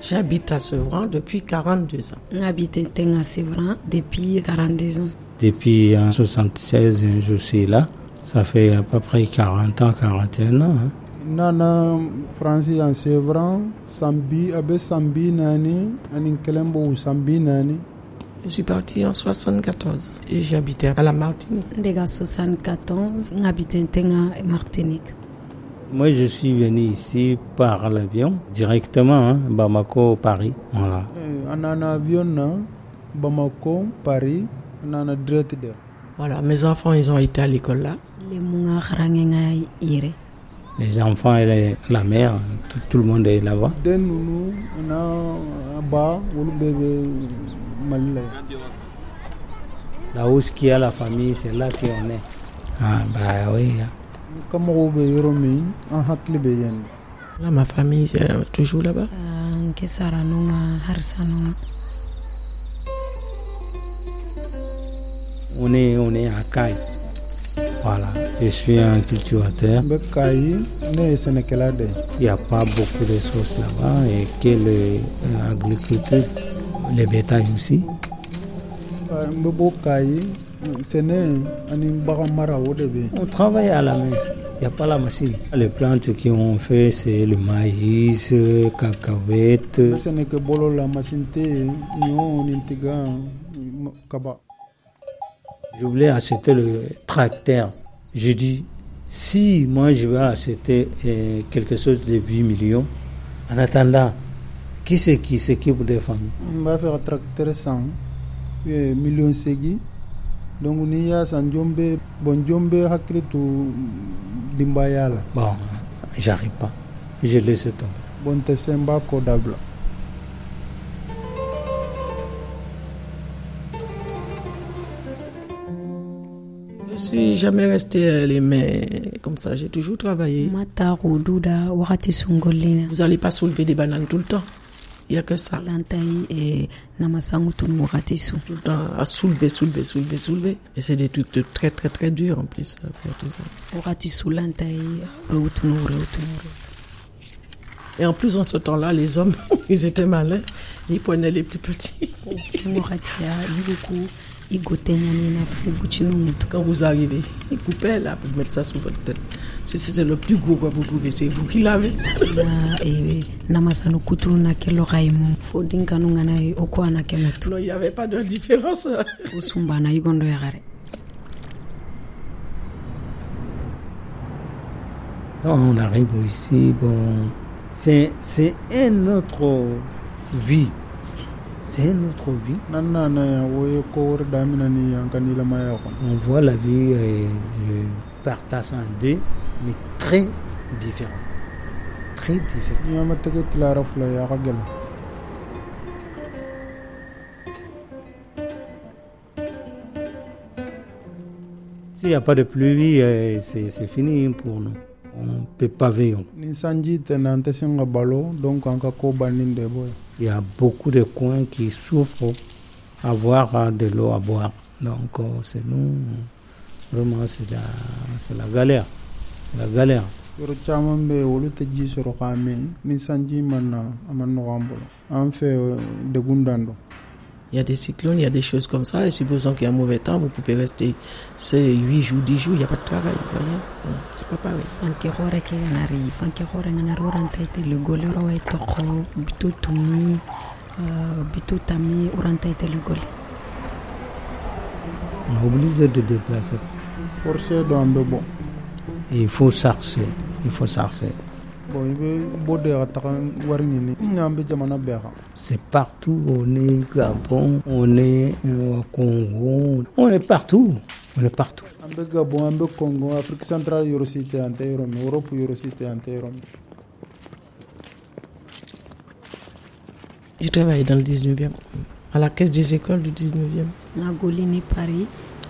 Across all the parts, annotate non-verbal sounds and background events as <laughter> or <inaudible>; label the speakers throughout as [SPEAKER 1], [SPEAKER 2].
[SPEAKER 1] J'habite à Sevran depuis 42 ans.
[SPEAKER 2] J'habite à Sevran depuis 42 ans.
[SPEAKER 3] Depuis en 76, je suis là. Ça fait à peu près 40 ans, quarantaine ans. Hein.
[SPEAKER 4] nana faransi yan sevran san bi a bɛ san bi naani ani kelen b'o san bi naani
[SPEAKER 1] Je suis partie en 74 et j'habitais à la Martinique.
[SPEAKER 2] Ndega 74, j'habite à Martinique.
[SPEAKER 3] Moi, je suis venu ici par l'avion, directement, hein, Bamako, Paris. Voilà.
[SPEAKER 4] Eh, a nana avion na bamako paris a nana direct dɛ
[SPEAKER 1] Voilà, mes enfants, ils ont été à l'école là.
[SPEAKER 2] Le munga kharangenga yire.
[SPEAKER 3] Les enfants et les- la mère, tout, tout le monde est là-bas.
[SPEAKER 4] den ninnu a n'a a ba olu bɛɛ bɛ mali la yan
[SPEAKER 3] Là où ce qu'il y a la famille, c'est là qu'on est. Ah, bah oui. hein.
[SPEAKER 4] n ka mɔgɔw bɛ yɔrɔ min an hakili bɛ yen de
[SPEAKER 1] Là, ma famille, c'est euh, toujours là-bas.
[SPEAKER 2] Ah, Nke sara nunga, harsa nunga.
[SPEAKER 3] On est, on est à Caille. Voilà. Je suis un cultivateur.
[SPEAKER 4] n bɛ kayi ne ye sɛnɛkɛla de ye
[SPEAKER 3] Il n'y a pas beaucoup de sources là-bas et que le- l'agriculture, le bétail aussi.
[SPEAKER 4] Ka- n bɛ bɔ kayi sɛnɛ ani bagan mara o de bɛ yen
[SPEAKER 3] On travaille à la main. Il n'y a pas la machine. Les plantes qu'on fait, c'est le maïs, euh, cacahuètes.
[SPEAKER 4] n bɛ sɛnɛkɛ bolo la masin tɛ yen ɲɔ ni tiga m- kaba
[SPEAKER 3] Je voulais acheter le tracteur. Je dis, si moi je vais acheter euh, quelque chose de 8 millions, en attendant, qui c'est qui s'occupe des familles
[SPEAKER 4] n b'a fɛ ka tracteur san eh, miliyɔn segi donc n'i y'a san jɔn bɛ bɔn jɔn bɛ hakili to denbaya la
[SPEAKER 3] Bon, j'arrive pas. Je laisse tomber.
[SPEAKER 4] bɔn n tɛ se n b'a kɔ dabila
[SPEAKER 1] Je suis jamais restée euh, les mains comme ça. J'ai toujours travaillé.
[SPEAKER 2] Mata kududa wakati sungolina.
[SPEAKER 1] Vous n'allez pas soulever des bananes tout le temps. Il n'y a que ça.
[SPEAKER 2] Lantai eh, na masangu tunu wakati su.
[SPEAKER 1] Tout le temps à soulever, soulever, soulever, soulever. Et c'est des trucs de très, très, très durs en plus à faire tout ça.
[SPEAKER 2] Wakati su lantai reu tunu reu tunu reu.
[SPEAKER 1] Et en plus, en ce temps-là, les hommes, <laughs> ils étaient malins. Ils prenaient les plus petits.
[SPEAKER 2] Wakati ya yuku igotenya nina fubu chinu mutu.
[SPEAKER 1] Quand vous arrivez, <laughs> ils coupaient là pour mettre ça sous votre tête. Si c'était le plus gros que vous trouvez, c'est vous qui l'avez. <laughs>
[SPEAKER 2] na eh, namasanu kutulu na kɛ lɔga ye mu fo dinkanu ŋana ye o ko a e, na kɛ mutu
[SPEAKER 1] Non, il n'y avait pas de différence. <laughs>
[SPEAKER 2] o sunbana yigɔn dɔ yagarɛ
[SPEAKER 3] Quand on arrive ici, bon, c'est c'est une autre vie. C'est une autre vie.
[SPEAKER 4] n'an nana yan o ye ko wɛrɛ damina ni yan ka nilamaya kɔnɔ
[SPEAKER 3] On voit la vie euh, le partage en deux, mais très différent. Très différent.
[SPEAKER 4] n'i y'an ma tɛgɛ tilara fila ye a ka gɛlɛn
[SPEAKER 3] S'il n'y a pas de pluie, euh, c'est c'est fini pour nous. On ne peut pas vivre.
[SPEAKER 4] ni sanji tɛna an tɛ se ka balo donc an ka ko bannen de bɔ yen
[SPEAKER 3] Il y a beaucoup de coins qui souffrent à avoir euh, de l'eau à boire. Donc, euh, c'est nous, vraiment, c'est la, c'est la galère. C'est La galère.
[SPEAKER 4] yɔrɔ caman bɛ yen olu tɛ ji sɔrɔ k'a min ni sanji ma na a ma nɔgɔ an bolo an fɛ eh, degun dan don
[SPEAKER 1] Il y a des cyclones, il y a des choses comme ça. Et supposons qu'il y a un mauvais temps, vous pouvez rester 8 jours, 10 jours, il n'y a pas de travail. Vous voyez Hum, C'est pas pareil.
[SPEAKER 2] fankɛ hɔrɛ kɛ ŋana re fankɛ hɔrɛ ŋana re oranta ite legole ɔrɔ wa ye tɔgɔ bito tumi ah, bito tami oranta ite legole
[SPEAKER 3] On est obligé de déplacer.
[SPEAKER 4] forcé dɔ an bɛ bɔ
[SPEAKER 3] Et il faut chercher. Il faut chercher.
[SPEAKER 4] bon i bɛ bɔ de ka taga wari ɲini an bɛ jamana bɛɛ kan
[SPEAKER 3] C'est partout. On est au Gabon, on est euh, au Congo, on est partout. On est partout.
[SPEAKER 4] an bɛ gabon an bɛ kɔngɔ afiriki santarali yɔrɔ si tɛ an tɛ yɔrɔ min ɔrɔpu yɔrɔ si tɛ an tɛ yɔrɔ min
[SPEAKER 1] Je travaillais dans le 19e, à la caisse des écoles du 19e.
[SPEAKER 2] ŋa goli ni pari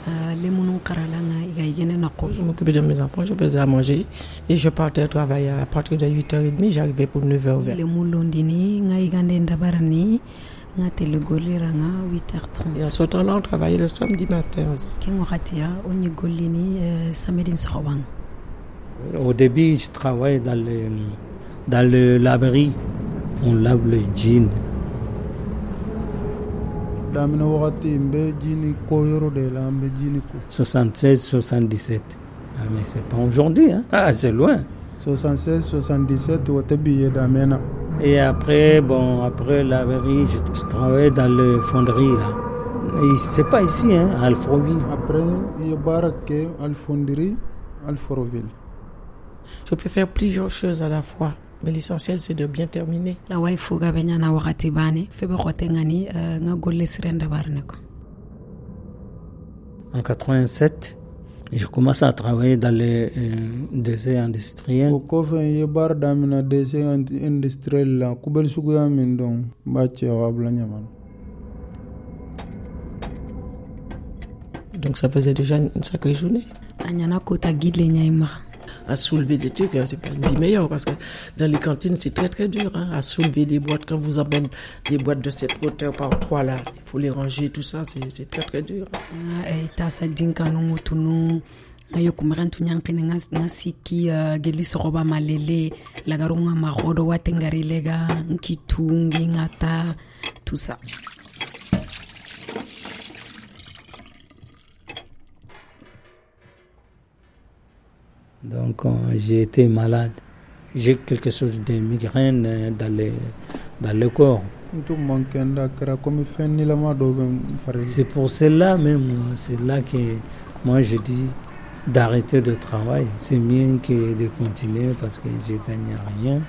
[SPEAKER 2] ah, le minnu karala ŋa i ka igɛnɛ na kɔ
[SPEAKER 1] Je m'occupais de mes enfants, je faisais à manger et je partais travailler à partir de 8h30, j'arrivais pour 9h20.
[SPEAKER 2] lemu londini ŋa igande dabara ni ŋa te legole ra ŋa 8 h 30
[SPEAKER 1] Et à ce temps-là, on travaillait le samedi matin aussi.
[SPEAKER 2] kɛ wagati ya o ɲɛ goli ni eh, samedi sɔgɔba ŋa
[SPEAKER 3] Au début, je travaillais dans le, dans le laverie. on lave le jean.
[SPEAKER 4] daminɛ wagati n bɛ ji ni ko yɔrɔ de la n bɛ ji ni ko
[SPEAKER 3] 76, 77. Ah, mais c'est pas aujourd'hui, hein? Ah, c'est loin.
[SPEAKER 4] 76 77 o tɛ bi ye damɛ na
[SPEAKER 3] Et après, bon, après la verrie, je, je travaillais dans le fonderie, là. Et c'est pas ici, hein, à Alfortville.
[SPEAKER 4] après i ye baara kɛ alifondiri aliforoville
[SPEAKER 1] Je peux faire plusieurs choses à la fois, mais l'essentiel, c'est de bien terminer.
[SPEAKER 2] la way fuga be ɲana wagati bane fe be xɔte ŋani eh, ŋa golle siren dabarine quoi
[SPEAKER 3] En 87, je commence à travailler dans les euh, déserts industriels.
[SPEAKER 4] o kɔfɛ n ye baara damina dese industriel la kubɛli suguya min dɔn n b'a cɛ a bila ɲama na
[SPEAKER 1] Donc ça faisait déjà une sacrée journée.
[SPEAKER 2] a ɲana kota gid le ɲa i maxa
[SPEAKER 1] À soulever des trucs, hein, c'est pas une vie meilleure parce que dans les cantines, c'est très très dur. hein, à soulever des boîtes, quand vous abonnez des boîtes de cette hauteur par trois là, il faut les ranger, tout ça, c'est c'est très très dur.
[SPEAKER 2] Nga, eh, tasa dinkanu ŋutunu ŋa yokumaxan tu ɲankene ŋa- ŋa sikki eh, geli soxoba malele lagaru ŋa maxo do watengari lega nki tungi ŋa ta tout ça
[SPEAKER 3] Donc, euh, j'ai été malade. J'ai quelque chose de migraine euh, dans, les, dans le corps.
[SPEAKER 4] n tun man kɛnda a kɛra komi fɛn nilama dɔ bɛ n fari la
[SPEAKER 3] C'est pour cela même, euh, c'est là que moi je dis d'arrêter le travail. C'est mieux que de continuer parce que je gagne rien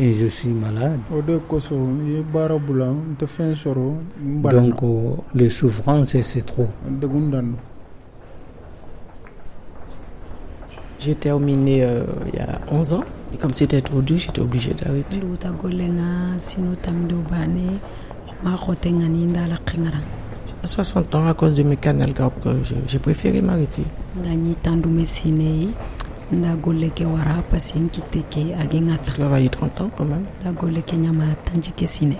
[SPEAKER 3] et je suis malade.
[SPEAKER 4] o de kosɔn n ye baara bila n tɛ fɛn sɔrɔ n banana
[SPEAKER 3] Donc, euh, les souffrances, c'est trop.
[SPEAKER 4] degun dan don
[SPEAKER 1] J'ai terminé euh, il y a 11 ans et comme c'était trop dur, j'étais obligée d'arrêter.
[SPEAKER 2] nduguta golle ŋa sino tamido bane ma xɔte ŋani ndala xiŋara
[SPEAKER 1] À 60 ans, à cause de mes canaux, j'ai préféré m'arrêter.
[SPEAKER 2] nga ɲi tandume sine ye nda golle ke wara parce n kite ke age ŋa
[SPEAKER 1] J'ai
[SPEAKER 2] ta
[SPEAKER 1] travaillé 30 ans quand même.
[SPEAKER 2] nda golle ke ɲama tanji ke sine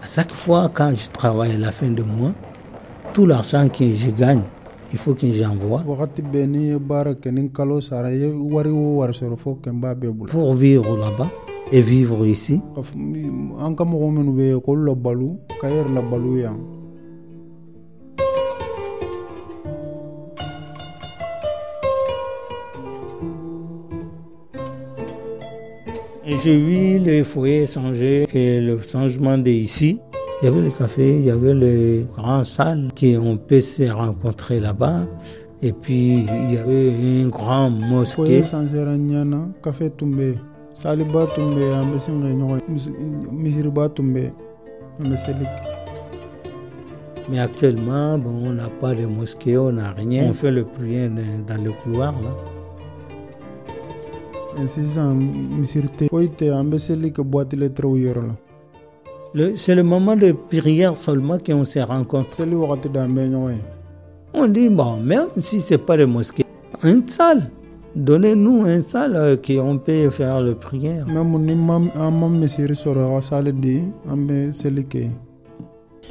[SPEAKER 3] À chaque fois, quand je travaille à la fin de mois, tout l'argent que je gagne, il faut que j'envoie
[SPEAKER 4] wagati bɛɛ ni ye baara kɛ ni kalo sara i ye wari o wari sɔrɔ fo kɛ n b'a bɛɛ bolo
[SPEAKER 3] pour vivre là-bas et vivre ici.
[SPEAKER 4] Ka f- m- an ka mɔgɔ minnu bɛ yen k'olu labalo ka i yɛrɛ labalo yan
[SPEAKER 3] Et J'ai vu le foyer changer et le changement d'ici. Il y avait le café, il y avait le grand salle qu'on peut se rencontrer là-bas. Et puis, il y avait un grand
[SPEAKER 4] fo ye
[SPEAKER 3] mosquée.
[SPEAKER 4] san sera ɲana kafe tun bɛ yen saliba tun bɛ yen an bɛ sin ka ɲɔgɔn ye Mis- misiriba tun bɛ yen an bɛ seli kɛ
[SPEAKER 3] Mais actuellement, bon, on n'a pas de mosquée, on n'a rien. On fait le prière dans dans le couloir. là.
[SPEAKER 4] Mɛ sisan misiri tɛ foyi tɛ yen, an bɛ seli kɛ boîte lettres yɔrɔ la
[SPEAKER 3] Le- C'est le moment de prière seulement qu'on se rencontre.
[SPEAKER 4] seli wagati de an bɛ ɲɔgɔn ye
[SPEAKER 3] On dit, bon, même si c'est pas de mosquée, une salle. Donnez-nous une salle euh, qu'on peut faire le prière.
[SPEAKER 4] mɛmu ni ma an ma misiri sɔrɔ a ka sali di an bɛ seli kɛ yen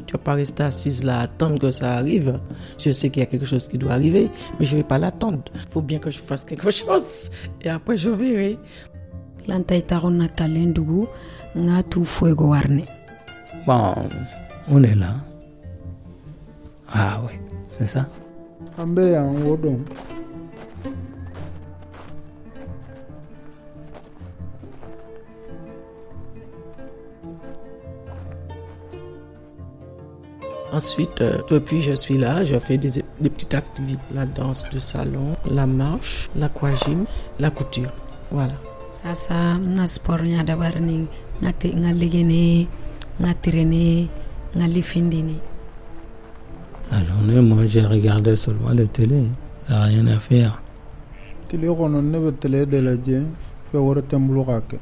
[SPEAKER 1] Tu vas pas rester assise là à attendre que ça arrive. Je sais qu'il y a quelque chose qui doit arriver, mais je vais pas l'attendre. Faut bien que je fasse quelque <laughs> chose et après je verrai.
[SPEAKER 2] lanta i taxo na kalen dugu ŋa tu fuego warne
[SPEAKER 3] Bon, on est là. Ah ouais, c'est ça.
[SPEAKER 4] an bɛ yan o dɔn
[SPEAKER 1] Ensuite, euh, depuis je suis là, je fais des, des petites activités. La danse de salon, la marche, l'aquagym, la couture. Voilà.
[SPEAKER 2] sasa n na sport ɲa dabarine ŋa te- ŋa legene ŋa tirene ŋa lifindini
[SPEAKER 3] La journée, moi, j'ai regardé seulement la télé. J'ai rien à faire.
[SPEAKER 4] tile kɔnɔ ne bɛ tele de lajɛ fɛn wɛrɛ tɛ n bolo k'a kɛ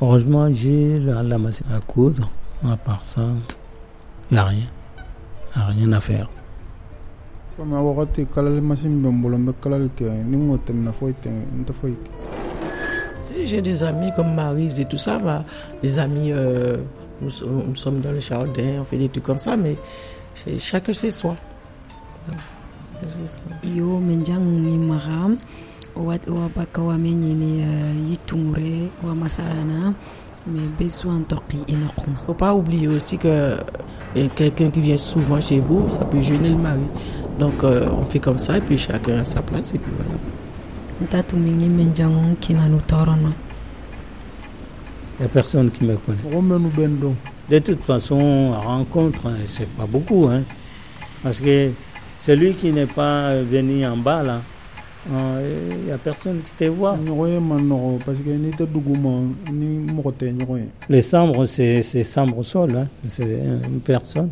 [SPEAKER 3] Heureusement, j'ai la, la machine à coudre. À part ça, il n'y a rien. Y a rien à faire.
[SPEAKER 4] komi a wagati kalali masini bɛ n bolo n bɛ kalali kɛ ni n ko tɛmɛna foyi tɛ n tɛ foyi kɛ
[SPEAKER 1] Si j'ai des amis comme Marise et tout ça, bah, des amis, euh, nous, so- nous sommes dans le jardin, on fait des trucs comme ça, mais ch- chacun chez soi. Voilà. Chacun chez soi.
[SPEAKER 2] yo menja ŋi maxa waati wa baka wa min ɲini euh, i tungure wa masala na mais be suwan tɔki i na kuma
[SPEAKER 1] faut pas oublier aussi que euh, quelqu'un qui vient souvent chez vous, ça peut gêner le mari. Donc euh, on fait comme ça et puis chacun à sa place et puis voilà.
[SPEAKER 2] n ta tun min ɲi min jango n kina nu tɔɔrɔ na
[SPEAKER 3] Il n'y a personne qui me connaît.
[SPEAKER 4] mɔgɔ minnu bɛ n dɔn
[SPEAKER 3] De toute façon, rencontre, hein, c'est pas beaucoup. hein. Parce que celui qui n'est pas venu en bas, là, hein, il n'y a personne qui te voit.
[SPEAKER 4] ɲɔgɔn ye man nɔgɔ parce que n'i tɛ dugu ma ni mɔgɔ tɛ ɲɔgɔn ye
[SPEAKER 3] Les chambres, c'est c'est chambre seule. hein. C'est une personne.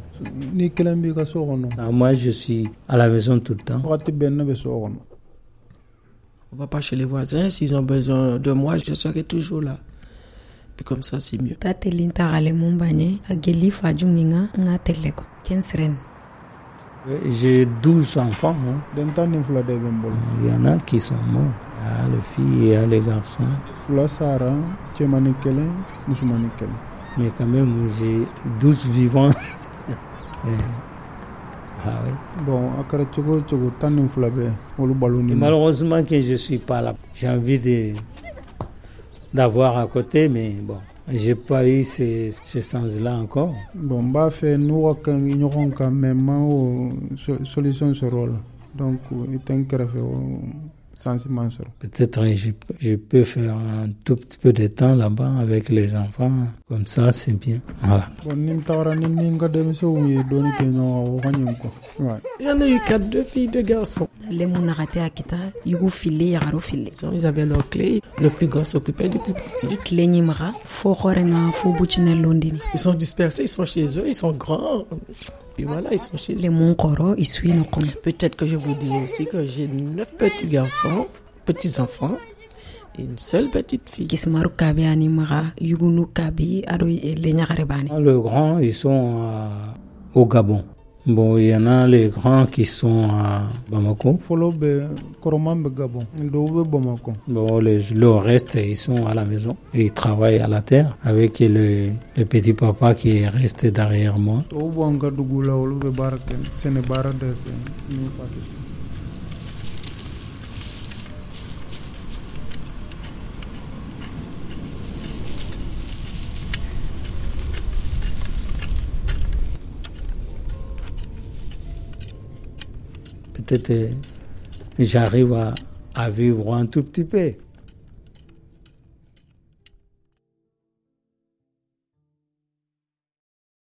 [SPEAKER 4] ni kelen b'i ka so kɔnɔ
[SPEAKER 3] Ah, moi, je suis à la maison tout le temps.
[SPEAKER 4] wagati bɛɛ ne bɛ so kɔnɔ
[SPEAKER 1] On va pas chez les voisins, s'ils ont besoin de moi, je serai toujours là. Puis comme ça, c'est mieux.
[SPEAKER 2] n ta telin tagale mun ba ɲɛ a geli fa jungi ŋa n ka tɛlɛ kɔ kɛnsirɛni
[SPEAKER 3] Euh, J'ai 12 enfants. hein.
[SPEAKER 4] den tan ni fila de bɛ n bolo
[SPEAKER 3] Il y en a qui sont morts. Il y a les filles, il y a les garçons.
[SPEAKER 4] fila sara cɛmani kelen musomani kelen
[SPEAKER 3] Mais quand même, j'ai 12 vivants. <laughs> Euh, ah oui.
[SPEAKER 4] bɔn a kɛra cogo o cogo tan ni fila bɛ olu balo ni
[SPEAKER 3] Et malheureusement que je ne suis pas là. J'ai envie de, d'avoir à côté, mais bon, j'ai pas eu ce, ce sens-là encore.
[SPEAKER 4] bɔn n b'a fɛ n'u ka kan ɲɔgɔn kan mɛ n ma o so- solution sɔrɔ o la donc i tɛ n kɛrɛfɛ o sansi ma sɔrɔ
[SPEAKER 3] Peut-être euh, je, je peux faire un tout petit peu de temps là-bas avec les enfants. Comme ça, c'est bien. Voilà.
[SPEAKER 4] bɔn ni n tagara ni ni n ka denmisɛnw ye dɔɔni kɛ ɲɔgɔn kan o ka ɲi kɔ Ouais.
[SPEAKER 1] J'en ai eu quatre, deux filles, deux garçons.
[SPEAKER 2] ale mun nagate a kita yugu file yagaro file
[SPEAKER 1] Ils ont- Ils avaient leurs clés. Le plus grand s'occupait du plus
[SPEAKER 2] i
[SPEAKER 1] petit.
[SPEAKER 2] tile ɲi maga fo hɔrɛ ŋa fo bucinɛ londini
[SPEAKER 1] Ils sont dispersés, ils sont chez eux, ils sont grands. Puis voilà, ils sont chez eux.
[SPEAKER 2] le mun kɔrɔ i sui nɔ kɔnɔ
[SPEAKER 1] Peut-être que je vous dirai aussi que j'ai neuf petits garçons, petits enfants, et une seule petite fille.
[SPEAKER 2] gisimaru kabe ani maga yugunu kabe ado le ɲagare bane
[SPEAKER 3] Ah, Le grand, ils sont à- au Gabon. Bon, il y en a les grands qui sont à Bamako.
[SPEAKER 4] fɔlɔ bɛ kɔrɔman bɛ gabɔn dɔw bɛ bamakɔ
[SPEAKER 3] Bon, les- le reste, ils sont à la maison. Et ils travaillent à la terre avec le, le petit papa qui est resté derrière moi.
[SPEAKER 4] tɔw b'an ka dugu la olu bɛ baara kɛ sɛnɛ baara de fɛ ni n fa tɛ so.
[SPEAKER 3] Peut-être euh, j'arrive à, à vivre un tout petit peu.